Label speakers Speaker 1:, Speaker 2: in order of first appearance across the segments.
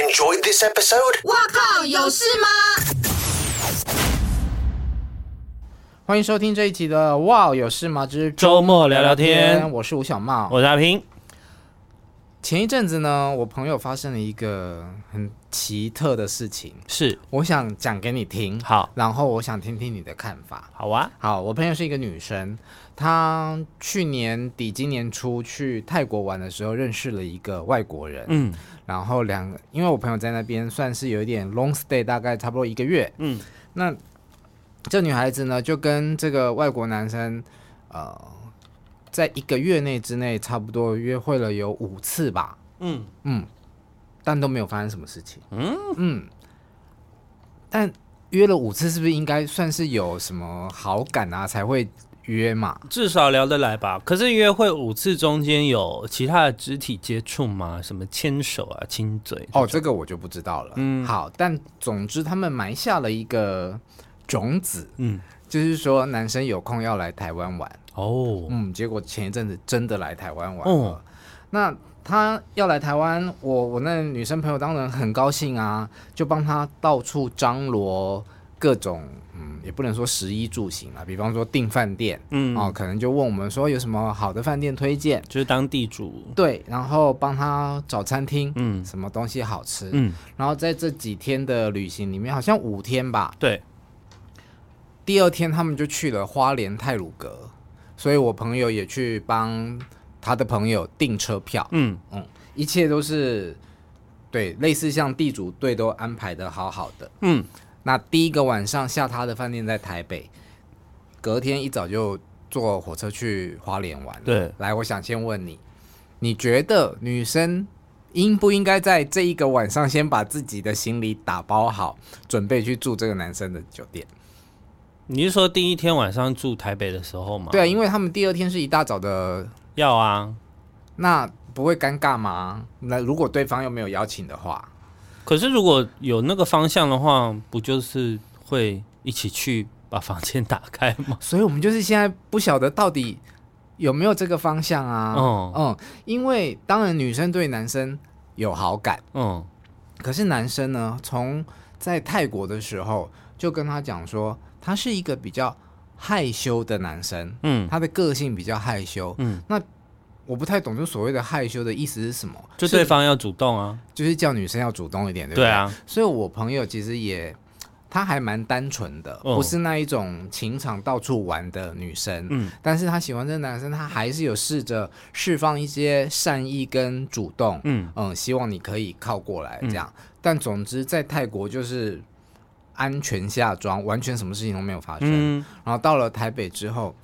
Speaker 1: enjoyed this episode?
Speaker 2: 哇靠，有事吗？
Speaker 3: 欢迎收听这一集的《哇有事吗之
Speaker 4: 周末聊聊天，
Speaker 3: 我是吴小茂。
Speaker 4: 我是阿平。
Speaker 3: 前一阵子呢，我朋友发生了一个很奇特的事情，
Speaker 4: 是
Speaker 3: 我想讲给你听。
Speaker 4: 好
Speaker 3: 然后我想听听你的看法。
Speaker 4: 好啊，
Speaker 3: 好，我朋友是一个女生，她去年底、今年初去泰国玩的时候认识了一个外国人，
Speaker 4: 嗯
Speaker 3: 然后两个，因为我朋友在那边算是有一点 long stay，大概差不多一个月。
Speaker 4: 嗯，
Speaker 3: 那这女孩子呢，就跟这个外国男生，呃，在一个月内之内，差不多约会了有五次吧，
Speaker 4: 嗯，
Speaker 3: 但都没有发生什么事情。嗯但约了五次，是不是应该算是有什么好感啊才会约嘛？
Speaker 4: 至少聊得来吧。可是约会五次中间有其他的肢体接触吗？什么牵手啊、亲嘴？
Speaker 3: 哦，这个我就不知道了。嗯，好，但总之他们埋下了一个种子，
Speaker 4: 嗯，
Speaker 3: 就是说男生有空要来台湾玩。
Speaker 4: 哦，
Speaker 3: 嗯，结果前一阵子真的来台湾玩了。
Speaker 4: 哦
Speaker 3: 那他要来台湾，我我那女生朋友当然很高兴啊，就帮他到处张罗各种，嗯，也不能说食衣住行啊，比方说订饭店，
Speaker 4: 嗯，
Speaker 3: 哦，可能就问我们说有什么好的饭店推荐，
Speaker 4: 就是当地主，
Speaker 3: 对，然后帮他找餐厅，
Speaker 4: 嗯
Speaker 3: 什么东西好吃，
Speaker 4: 嗯，
Speaker 3: 然后在这几天的旅行里面，好像五天吧，
Speaker 4: 对，
Speaker 3: 第二天他们就去了花莲泰鲁阁，所以我朋友也去帮他的朋友订车票，
Speaker 4: 嗯
Speaker 3: 一切都是对类似像地主队都安排的好好的。
Speaker 4: 嗯，
Speaker 3: 那第一个晚上下他的饭店在台北，隔天一早就坐火车去花莲玩。
Speaker 4: 对，
Speaker 3: 来，我想先问你，你觉得女生应不应该在这一个晚上先把自己的行李打包好，准备去住这个男生的酒店？
Speaker 4: 你是说第一天晚上住台北的时候吗？
Speaker 3: 对啊，因为他们第二天是一大早的，
Speaker 4: 要啊。
Speaker 3: 那不会尴尬吗？那如果对方又没有邀请的话，
Speaker 4: 可是如果有那个方向的话，不就是会一起去把房间打开 吗？
Speaker 3: 所以我们就是现在不晓得到底有没有这个方向啊。
Speaker 4: 哦
Speaker 3: 嗯，因为当然女生对男生有好感，
Speaker 4: 嗯，
Speaker 3: 可是男生呢，从在泰国的时候就跟他讲说，他是一个比较害羞的男生，
Speaker 4: 嗯
Speaker 3: 他的个性比较害羞。
Speaker 4: 嗯，
Speaker 3: 那我不太懂，就所谓的害羞的意思是什么？
Speaker 4: 就是对方要主动啊。
Speaker 3: 就是叫女生要主动一点，对不
Speaker 4: 对啊，
Speaker 3: 所以我朋友其实也，她还蛮单纯的，
Speaker 4: 哦
Speaker 3: 不是那一种情场到处玩的女生。
Speaker 4: 嗯，
Speaker 3: 但是她喜欢这个男生，她还是有试着释放一些善意跟主动。
Speaker 4: 嗯
Speaker 3: 嗯，希望你可以靠过来这样。但总之，在泰国就是安全下装，完全什么事情都没有发生。
Speaker 4: 嗯
Speaker 3: 然后到了台北之后，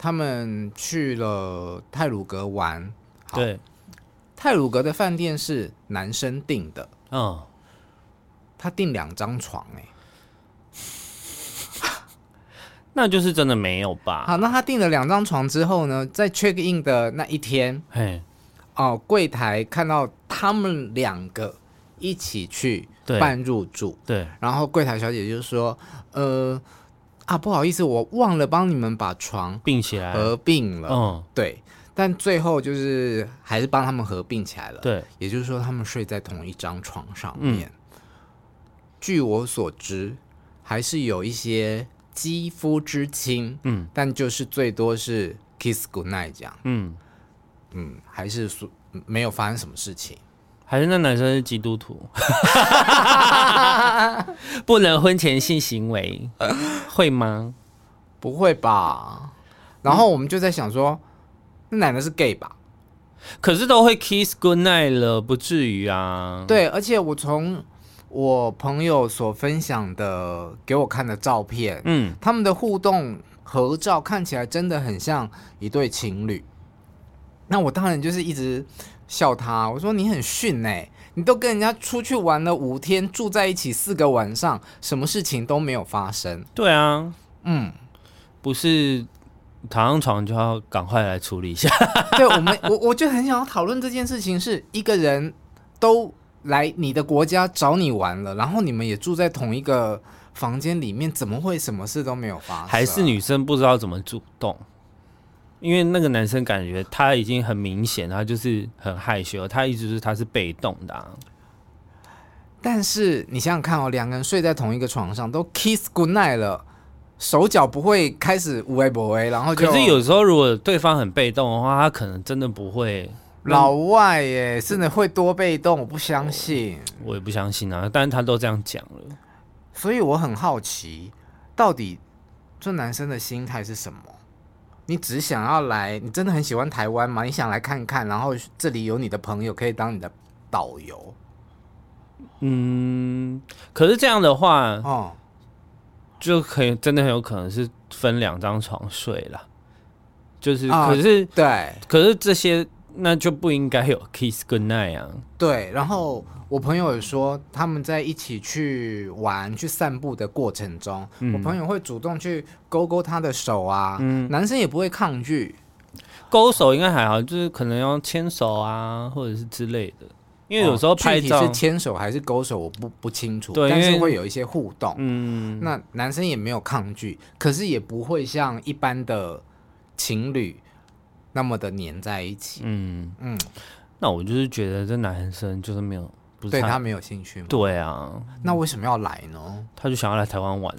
Speaker 3: 他们去了泰鲁阁玩。好
Speaker 4: 对，
Speaker 3: 泰鲁阁的饭店是男生订的，
Speaker 4: 嗯。
Speaker 3: 他订两张床哎、
Speaker 4: 那就是真的没有吧？
Speaker 3: 好，那他订了两张床之后呢，在 check in 的那一天，
Speaker 4: 嘿，
Speaker 3: 哦、柜台看到他们两个一起去
Speaker 4: 对
Speaker 3: 办入住，
Speaker 4: 对，
Speaker 3: 然后柜台小姐就说：“呃，啊，不好意思，我忘了帮你们把床
Speaker 4: 并起来，
Speaker 3: 合并了。
Speaker 4: 嗯，
Speaker 3: 对，但最后就是还是帮他们合并起来了。，
Speaker 4: 对，
Speaker 3: 也就是说他们睡在同一张床上面。据我所知，还是有一些肌肤之亲，
Speaker 4: 嗯
Speaker 3: 但就是最多是 kiss good night 这样，
Speaker 4: 嗯，
Speaker 3: 嗯，还是说嗯没有发生什么事情。
Speaker 4: 还是那男生是基督 徒，不能婚前性行为，会吗？
Speaker 3: 不会吧？然后我们就在想说，那男的是 gay 吧？
Speaker 4: 可是都会 kiss good night 了，不至于啊。，
Speaker 3: 对，而且我从我朋友所分享的给我看的照片，
Speaker 4: 嗯，
Speaker 3: 他们的互动合照看起来真的很像一对情侣。那我当然就是一直笑他，我说你很逊哎、你都跟人家出去玩了五天，住在一起四个晚上，什么事情都没有发 生。
Speaker 4: 对啊，
Speaker 3: 嗯，
Speaker 4: 不是躺上床就要赶快来处理一下。
Speaker 3: 对我们，我我就很想要讨论这件事情，是一个人都来你的国家找你玩了，然后你们也住在同一个房间里面，怎么会什么事都没有发生？
Speaker 4: 还是女生不知道怎么主动，因为那个男生感觉他已经很明显，他就是很害羞，他一直是他是被动的、啊。
Speaker 3: 但是你想想看哦，两个人睡在同一个床上，都 kiss good night 了，手脚不会开始无微不微，然哦后就
Speaker 4: 可是有时候如果对方很被动的话，他可能真的不会，
Speaker 3: 老外耶，真的会多被
Speaker 4: 哦
Speaker 3: 动，我不相信。
Speaker 4: 我也不相信啊。但是他都这样讲了，
Speaker 3: 所以我很好奇，到底这男生的心态是什么？你只想要来，你真的很喜欢台湾吗？你想来看看，然后这里有你的朋友可以当你的导游
Speaker 4: 嗯，可是这样的话
Speaker 3: 哦。
Speaker 4: 就可以真的很有可能是分两张床睡啦。就是，
Speaker 3: 啊
Speaker 4: 可是
Speaker 3: 对
Speaker 4: 可是这些那就不应该有 kiss good night 啊。
Speaker 3: 对，然后我朋友也说，他们在一起去玩、去散步的过程中，
Speaker 4: 嗯
Speaker 3: 我朋友会主动去勾勾他的手啊，男生也不会抗拒。
Speaker 4: 勾手应该还好，就是可能要牵手啊，或者是之类的。因为有时候
Speaker 3: 哦
Speaker 4: 拍
Speaker 3: 具体
Speaker 4: 照，
Speaker 3: 是牵手还是勾手，我不不清楚，
Speaker 4: 对
Speaker 3: 但
Speaker 4: 因
Speaker 3: 是
Speaker 4: 为
Speaker 3: 会有一些互动。
Speaker 4: 嗯，
Speaker 3: 那男生也没有抗拒，可是也不会像一般的情侣那么的黏在一起。
Speaker 4: 嗯
Speaker 3: 嗯，
Speaker 4: 那我就是觉得这男生就是没有，不是
Speaker 3: 对他没有兴趣吗？
Speaker 4: 对啊，
Speaker 3: 那为什么要来呢？
Speaker 4: 他就想要来台湾玩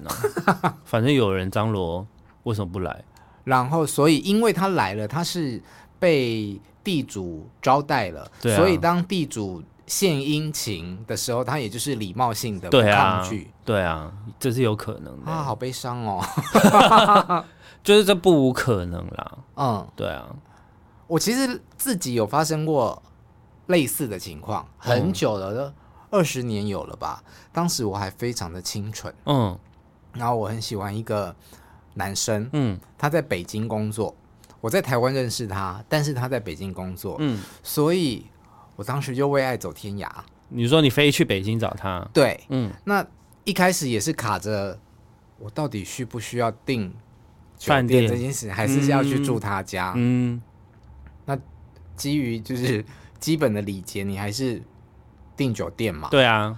Speaker 4: 啊。 反正有人张罗，为什么不来？
Speaker 3: 然后，所以因为他来了，他是被地主招待了，
Speaker 4: 对啊
Speaker 3: 所以当地主献殷勤的时候，他也就是礼貌性的不
Speaker 4: 对啊
Speaker 3: 抗拒。，
Speaker 4: 对啊，这是有可能的，
Speaker 3: 啊，好悲伤哦。
Speaker 4: 就是这不无可能啦。
Speaker 3: 嗯，
Speaker 4: 对啊，
Speaker 3: 我其实自己有发生过类似的情况，很久
Speaker 4: 嗯
Speaker 3: 了，二十、年有了吧。当时我还非常的清纯，
Speaker 4: 嗯
Speaker 3: 然后我很喜欢一个男生，
Speaker 4: 嗯
Speaker 3: 他在北京工作，我在台湾认识他，但是他在北京工作，
Speaker 4: 嗯，
Speaker 3: 所以我当时就为爱走天涯。
Speaker 4: 你说你飞去北京找他，
Speaker 3: 对，
Speaker 4: 嗯，
Speaker 3: 那一开始也是卡着，我到底需不需要订酒
Speaker 4: 饭
Speaker 3: 店
Speaker 4: 店
Speaker 3: 这件事，还是要去住他家？
Speaker 4: 嗯
Speaker 3: 基于就是 基本的礼节，你还是订酒店嘛。
Speaker 4: 对啊，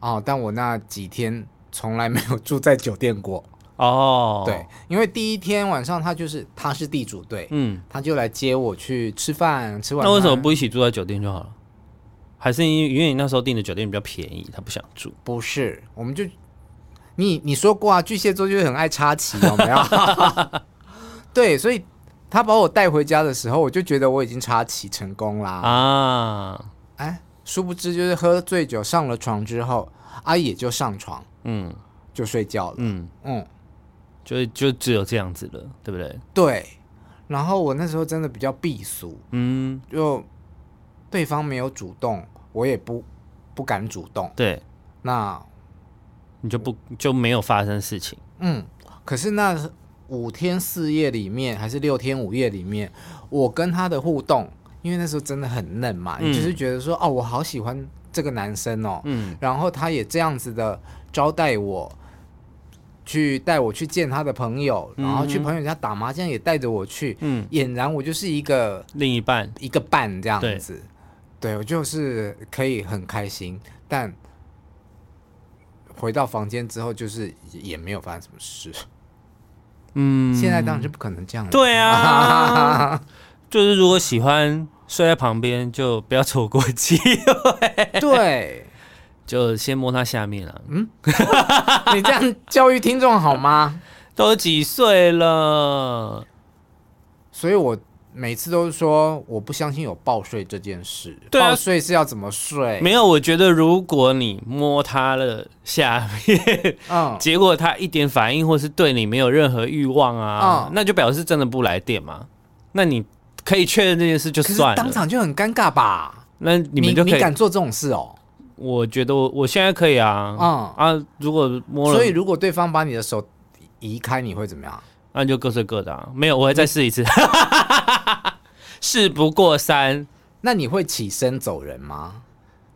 Speaker 3: 哦，但我那几天从来没有住在酒店过。
Speaker 4: 哦，
Speaker 3: 对，，因为第一天晚上他就是他是地主队，
Speaker 4: 嗯，
Speaker 3: 他就来接我去吃饭，吃完
Speaker 4: 那为什么不一起住在酒店就好了？还是因为因为你那时候订的酒店比较便宜，他不想住。
Speaker 3: 不是？我们就你你说过啊，巨蟹座就是很爱插旗，有没有？对，所以他把我带回家的时候，我就觉得我已经插旗成功啦。
Speaker 4: 啊，
Speaker 3: 哎，殊不知就是喝醉酒上了床之后，阿、姨也就上床
Speaker 4: 嗯
Speaker 3: 就睡觉了。
Speaker 4: 嗯，
Speaker 3: 嗯，
Speaker 4: 就就只有这样子了，对不对？
Speaker 3: 对。然后我那时候真的比较避俗，
Speaker 4: 嗯，
Speaker 3: 就对方没有主动，我也不不敢主动。
Speaker 4: 对，
Speaker 3: 那
Speaker 4: 你就不就没有发生事情。
Speaker 3: 嗯，可是那五天四夜里面，还是六天五夜里面，我跟他的互动，因为那时候真的很嫩嘛，
Speaker 4: 嗯
Speaker 3: 你就是觉得说，哦，我好喜欢这个男生哦，
Speaker 4: 嗯
Speaker 3: 然后他也这样子的招待我，去带我去见他的朋友，然后去朋友家打麻将也带着我去，
Speaker 4: 嗯，
Speaker 3: 俨然我就是一个
Speaker 4: 另一半
Speaker 3: 一个伴这样
Speaker 4: 对
Speaker 3: 子，对我就是可以很开心，但回到房间之后就是也没有发生什么事。
Speaker 4: 嗯
Speaker 3: 现在当然是不可能这样了。
Speaker 4: 对啊， 就是如果喜欢睡在旁边，就不要错过机会，
Speaker 3: 对，
Speaker 4: 就先摸他下面啊了。
Speaker 3: 你这样教育听众好吗？
Speaker 4: 都几岁了？
Speaker 3: 所以我每次都说我不相信有报税这件事。
Speaker 4: 对啊
Speaker 3: 报税是要怎么税？
Speaker 4: 没有，我觉得如果你摸他了下面，
Speaker 3: 嗯，
Speaker 4: 结果他一点反应或是对你没有任何欲望啊，
Speaker 3: 嗯
Speaker 4: 那就表示真的不来电嘛。那你可以确认这件事就
Speaker 3: 可是
Speaker 4: 算
Speaker 3: 当
Speaker 4: 了。
Speaker 3: 场就很尴尬吧？
Speaker 4: 那你们就
Speaker 3: 你
Speaker 4: 可以，
Speaker 3: 敢做这种事哦？
Speaker 4: 我觉得我我现在可以啊，啊，如果摸了，
Speaker 3: 嗯所以如果对方把你的手移开，你会怎么样？
Speaker 4: 那就各睡各的、啊。没有，我会再试一次。 事不过三，
Speaker 3: 那你会起身走人吗？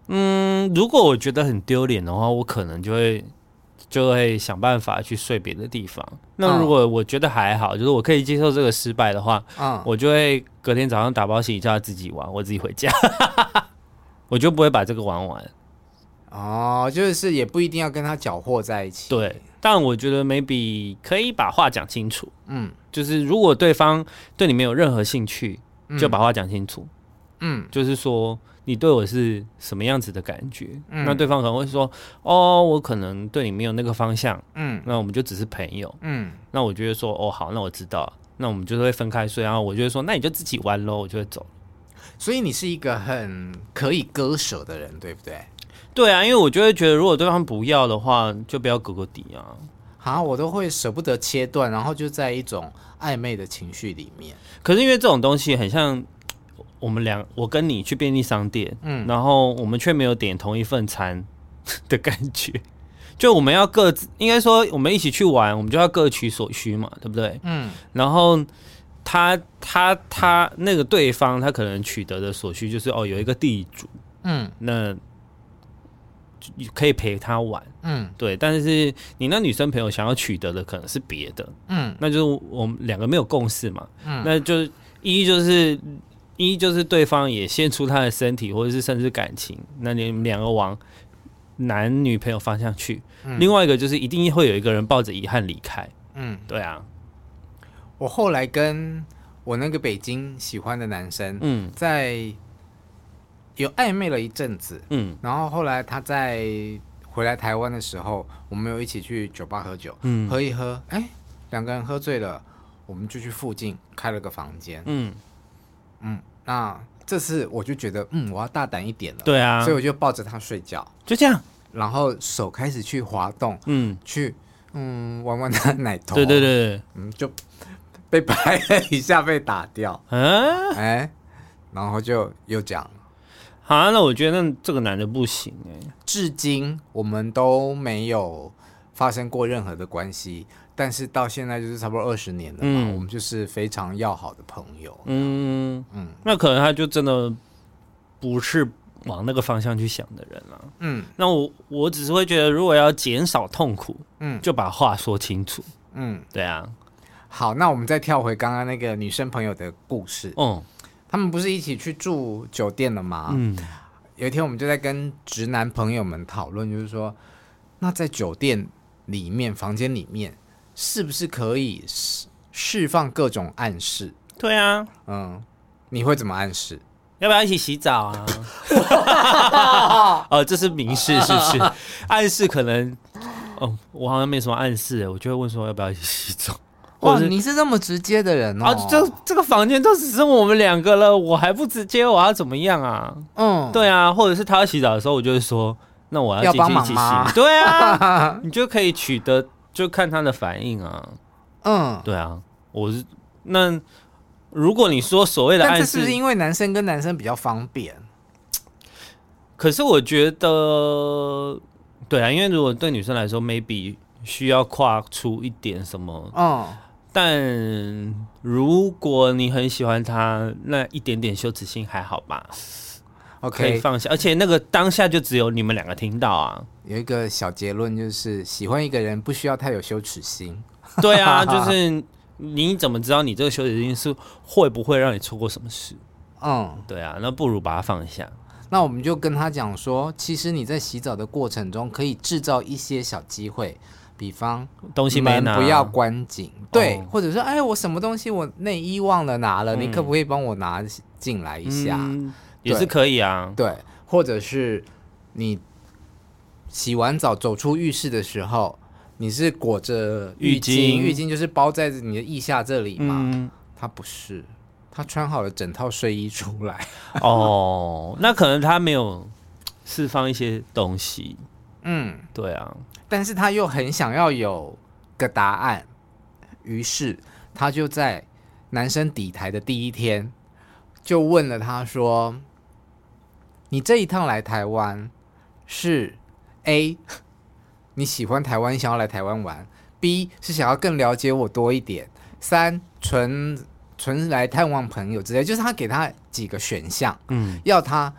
Speaker 4: 嗯，如果我觉得很丢脸的话，我可能就会就会想办法去睡别的地方。那
Speaker 3: 嗯
Speaker 4: 如果我觉得还好，就是我可以接受这个失败的话，
Speaker 3: 嗯，
Speaker 4: 我就会隔天早上打包行李叫他自己玩，我自己回家， 我就不会把这个玩完。
Speaker 3: 哦，就是也不一定要跟他搅和在一起。，
Speaker 4: 对，但我觉得 maybe 可以把话讲清楚，
Speaker 3: 嗯
Speaker 4: 就是如果对方对你没有任何兴趣，
Speaker 3: 嗯
Speaker 4: 就把话讲清楚，
Speaker 3: 嗯
Speaker 4: 就是说。你对我是什么样子的感觉？
Speaker 3: 嗯
Speaker 4: 那对方可能会说，哦，我可能对你没有那个方向，
Speaker 3: 嗯
Speaker 4: 那我们就只是朋友。
Speaker 3: 嗯
Speaker 4: 那我就会说，哦，好，那我知道了，那我们就是会分开睡。然后我就会说，那你就自己玩喽，我就会走。
Speaker 3: 所以你是一个很可以割舍的人，对不对？
Speaker 4: 对啊，因为我就会觉得，如果对方不要的话，就不要狗狗底啊。
Speaker 3: 好，我都会舍不得切断，然后就在一种暧昧的情绪里面。
Speaker 4: 可是因为这种东西很像我们俩，我跟你去便利商店，
Speaker 3: 嗯
Speaker 4: 然后我们却没有点同一份餐 的感觉。就我们要各自，应该说我们一起去玩，我们就要各取所需嘛，对不对？
Speaker 3: 嗯
Speaker 4: 然后他他他那个对方，他可能取得的所需就是哦，有一个地主，
Speaker 3: 嗯
Speaker 4: 那就可以陪他玩，
Speaker 3: 嗯
Speaker 4: 对。但是你那女生朋友想要取得的可能是别的，
Speaker 3: 嗯
Speaker 4: 那就是我们两个没有共识嘛。
Speaker 3: 嗯
Speaker 4: 那就一就是一就是对方也献出他的身体，或者是甚至感情，那你们两个往男女朋友方向去。另外一个就是一定会有一个人抱着遗憾离开。
Speaker 3: 嗯。
Speaker 4: 对啊，
Speaker 3: 我后来跟我那个北京喜欢的男生，
Speaker 4: 嗯
Speaker 3: 在有暧昧了一阵子，
Speaker 4: 嗯
Speaker 3: 然后后来他在回来台湾的时候，我们有一起去酒吧喝酒，
Speaker 4: 嗯
Speaker 3: 喝一喝，哎，两个人喝醉了，我们就去附近开了个房间，
Speaker 4: 嗯，
Speaker 3: 嗯，那这次我就觉得，嗯，我要大胆一点了，、
Speaker 4: 对啊
Speaker 3: 所以，我就抱着他睡觉，
Speaker 4: 就这样。
Speaker 3: 然后手开始去滑动，
Speaker 4: 嗯，
Speaker 3: 去嗯玩玩他的奶头，
Speaker 4: 对对，对对，
Speaker 3: 嗯就被拍了一下，被打掉，
Speaker 4: 嗯、啊，
Speaker 3: 哎，然后就又讲了。
Speaker 4: 好、啊，那我觉得那这个男的不行哎、
Speaker 3: 至今我们都没有发生过任何的关系，但是到现在就是差不多二十年了嘛，
Speaker 4: 嗯
Speaker 3: 我们就是非常要好的朋友。
Speaker 4: 嗯
Speaker 3: 嗯
Speaker 4: 那可能他就真的不是往那个方向去想的人了、
Speaker 3: 嗯
Speaker 4: 那我我只是会觉得，如果要减少痛苦，
Speaker 3: 嗯
Speaker 4: 就把话说清楚。
Speaker 3: 嗯，
Speaker 4: 对啊，
Speaker 3: 好，那我们再跳回刚刚那个女生朋友的故事，
Speaker 4: 嗯
Speaker 3: 他们不是一起去住酒店了吗？
Speaker 4: 嗯
Speaker 3: 有一天我们就在跟直男朋友们讨论，就是说，那在酒店里面、房间里面，是不是可以释释放各种暗示？
Speaker 4: 对啊，
Speaker 3: 嗯，你会怎么暗示？
Speaker 4: 要不要一起洗澡啊？哦，这是 明示是不是？暗示可能，哦，我好像没什么暗示，我就会问说要不要一起洗澡。或
Speaker 3: 哇，
Speaker 4: 者是
Speaker 3: 你是这么直接的人哦！
Speaker 4: 啊，这这个房间都只剩我们两个了，我还不直接，我要怎么样啊？
Speaker 3: 嗯，
Speaker 4: 对啊，或者是他要洗澡的时候，我就会说，那我
Speaker 3: 要
Speaker 4: 进去
Speaker 3: 帮
Speaker 4: 一
Speaker 3: 忙
Speaker 4: 起
Speaker 3: 吗
Speaker 4: 洗。对啊，你就可以取得，就看他的反应啊。
Speaker 3: 嗯，
Speaker 4: 对啊，我是那如果你说所谓的
Speaker 3: 但
Speaker 4: 暗
Speaker 3: 这是不
Speaker 4: 示
Speaker 3: 是，因为男生跟男生比较方便？
Speaker 4: 可是我觉得，对啊，因为如果对女生来说，maybe 需要跨出一点什么，
Speaker 3: 嗯，
Speaker 4: 但如果你很喜欢他，那一点点羞耻心还好吧可以
Speaker 3: OK，
Speaker 4: 放下，而且那个当下就只有你们两个听到啊。
Speaker 3: 有一个小结论就是，喜欢一个人不需要太有羞耻心。
Speaker 4: 对啊，就是你怎么知道你这个羞耻心是会不会让你错过什么事？
Speaker 3: 嗯，
Speaker 4: 对啊，那不如把它放下。
Speaker 3: 那我们就跟他讲说，其实你在洗澡的过程中可以制造一些小机会，比方
Speaker 4: 东西没
Speaker 3: 门
Speaker 4: 拿，
Speaker 3: 不要关紧，对，
Speaker 4: 哦
Speaker 3: 或者说，哎，我什么东西我内衣忘了拿了，你可不可以帮我拿进来一下？
Speaker 4: 嗯也
Speaker 3: 对
Speaker 4: 是可 以啊。
Speaker 3: 对，或者是你洗完澡走出浴室的时候，你是裹着
Speaker 4: 浴
Speaker 3: 巾，
Speaker 4: 巾
Speaker 3: 浴巾就是包在你的腋下这里嘛。
Speaker 4: 嗯，
Speaker 3: 他不是，他穿好了整套睡衣出来。
Speaker 4: 哦，那可能他没有释放一些东西，
Speaker 3: 嗯，
Speaker 4: 对啊，
Speaker 3: 但是他又很想要有个答案，于是他就在男生底台的第一天就问了他说：“你这一趟来台湾是 A 你喜欢台湾，想要来台湾玩；B 是想要更了解我多一点；三纯纯来探望朋友之类，就是他给他几个选项，
Speaker 4: 嗯，
Speaker 3: 要他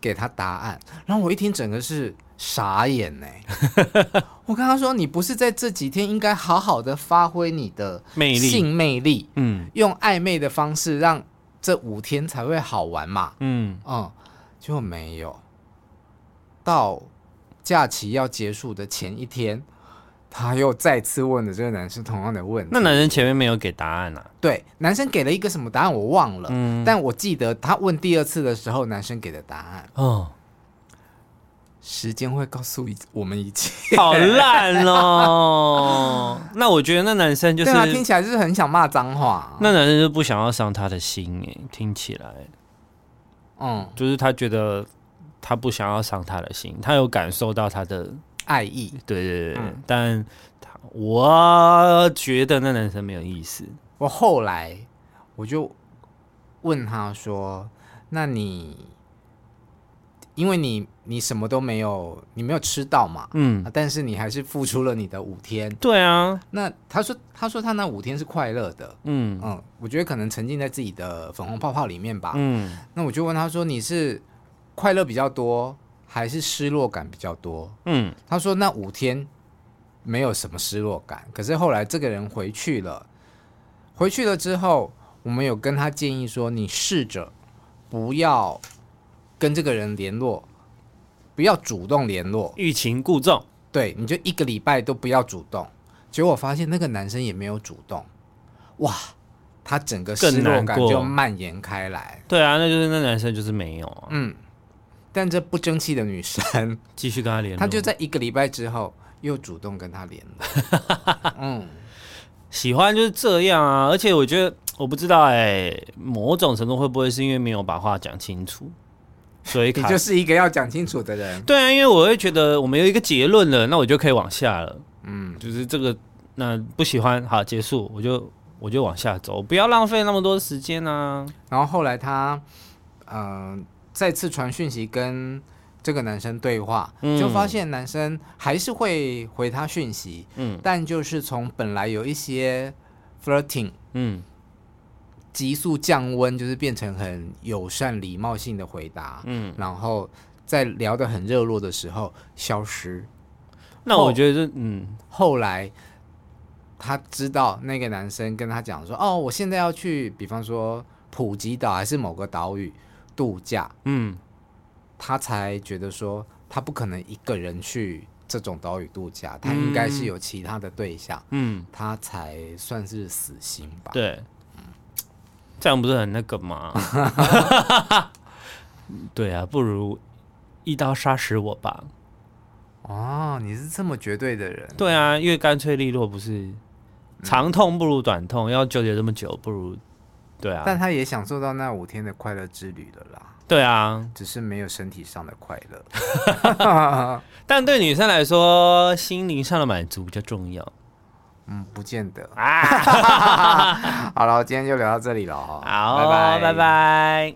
Speaker 3: 给他答案。然后我一听，整个是傻眼欸呢、我跟他说：“你不是在这几天应该好好的发挥你的
Speaker 4: 魅力
Speaker 3: 性魅力，
Speaker 4: 嗯
Speaker 3: 用暧昧的方式让这五天才会好玩嘛？”
Speaker 4: 嗯，
Speaker 3: 嗯，就没有。到假期要结束的前一天，他又再次问了这个男生同样的问题。
Speaker 4: 那男生前面没有给答案啊？
Speaker 3: 对男生给了一个什么答案我忘了，
Speaker 4: 嗯，
Speaker 3: 但我记得他问第二次的时候，男生给的答案，
Speaker 4: 哦，
Speaker 3: 时间会告诉一我们一切。
Speaker 4: 好烂哦。 那我觉得那男生就是，
Speaker 3: 对啊，听起来就是很想骂脏话。啊
Speaker 4: 那男生就不想要伤他的心哎，听起来
Speaker 3: 嗯，
Speaker 4: 就是他觉得他不想要伤他的心，他有感受到他的，
Speaker 3: 爱意，
Speaker 4: 对对对，对
Speaker 3: 嗯
Speaker 4: 但他我觉得那男生没有意思，
Speaker 3: 我后来我就问他说：“那你，因为你你什么都没有，你没有吃到嘛，
Speaker 4: 嗯
Speaker 3: 啊，但是你还是付出了你的五天。
Speaker 4: 对啊，
Speaker 3: 那他说，他说他那五天是快乐的，
Speaker 4: 嗯
Speaker 3: 嗯，我觉得可能沉浸在自己的粉红泡泡里面吧。
Speaker 4: 嗯，
Speaker 3: 那我就问他说：“你是快乐比较多，还是失落感比较多
Speaker 4: 嗯，？”
Speaker 3: 他说：“那五天没有什么失落感。”可是后来这个人回去了，回去了之后，我们有跟他建议说：“你试着不要跟这个人联络，不要主动联络，
Speaker 4: 欲擒故纵，
Speaker 3: 对，你就一个礼拜都不要主动。”结果我发现那个男生也没有主动，哇，他整个
Speaker 4: 更
Speaker 3: 失落
Speaker 4: 难
Speaker 3: 感
Speaker 4: 过
Speaker 3: 就蔓延开来。
Speaker 4: 对啊，那就是那男生就是没有啊，
Speaker 3: 嗯，但这不争气的女生，
Speaker 4: 继续跟他联络，
Speaker 3: 她就在一个礼拜之后又主动跟他联络。嗯，
Speaker 4: 喜欢就是这样啊，而且我觉得我不知道哎、某种程度会不会是因为没有把话讲清楚，所以
Speaker 3: 你
Speaker 4: 卡
Speaker 3: 就是一个要讲清楚的人。
Speaker 4: 对啊，因为我会觉得我们有一个结论了，那我就可以往下了，
Speaker 3: 嗯，
Speaker 4: 就是这个那不喜欢好结束，我就我就往下走，不要浪费那么多时间啊。
Speaker 3: 然后后来她，呃，再次传讯息跟这个男生对话，
Speaker 4: 嗯
Speaker 3: 就发现男生还是会回她讯息，
Speaker 4: 嗯
Speaker 3: 但就是从本来有一些 flirting。
Speaker 4: 嗯
Speaker 3: 急速降温，就是变成很友善、礼貌性的回答，
Speaker 4: 嗯，
Speaker 3: 然后在聊得很热络的时候消失。
Speaker 4: 那
Speaker 3: 后
Speaker 4: 我觉得嗯
Speaker 3: 后来他知道那个男生跟他讲说：“哦，我现在要去，比方说普吉岛还是某个岛屿度假。
Speaker 4: 嗯，”
Speaker 3: 他才觉得说他不可能一个人去这种岛屿度假，他应该是有其他的对象，
Speaker 4: 嗯，
Speaker 3: 他才算是死心吧。
Speaker 4: 对，这样不是很那 个吗？对啊，不如一刀杀死我吧。
Speaker 3: 哦，你是这么绝对的人，
Speaker 4: 对啊，越干脆利落不是？长痛不如短痛，要纠结这么久，不如对
Speaker 3: 但
Speaker 4: 啊，
Speaker 3: 他也享受到那五天的快乐之旅了啦，
Speaker 4: 对啊。
Speaker 3: 只是没有身体上的快乐。
Speaker 4: 但对女生来说，心灵上的满足比较重要
Speaker 3: 嗯，不见得。
Speaker 4: 啊。
Speaker 3: 好了，今天就聊到这里了哦，
Speaker 4: 好，拜
Speaker 3: 拜
Speaker 4: 拜。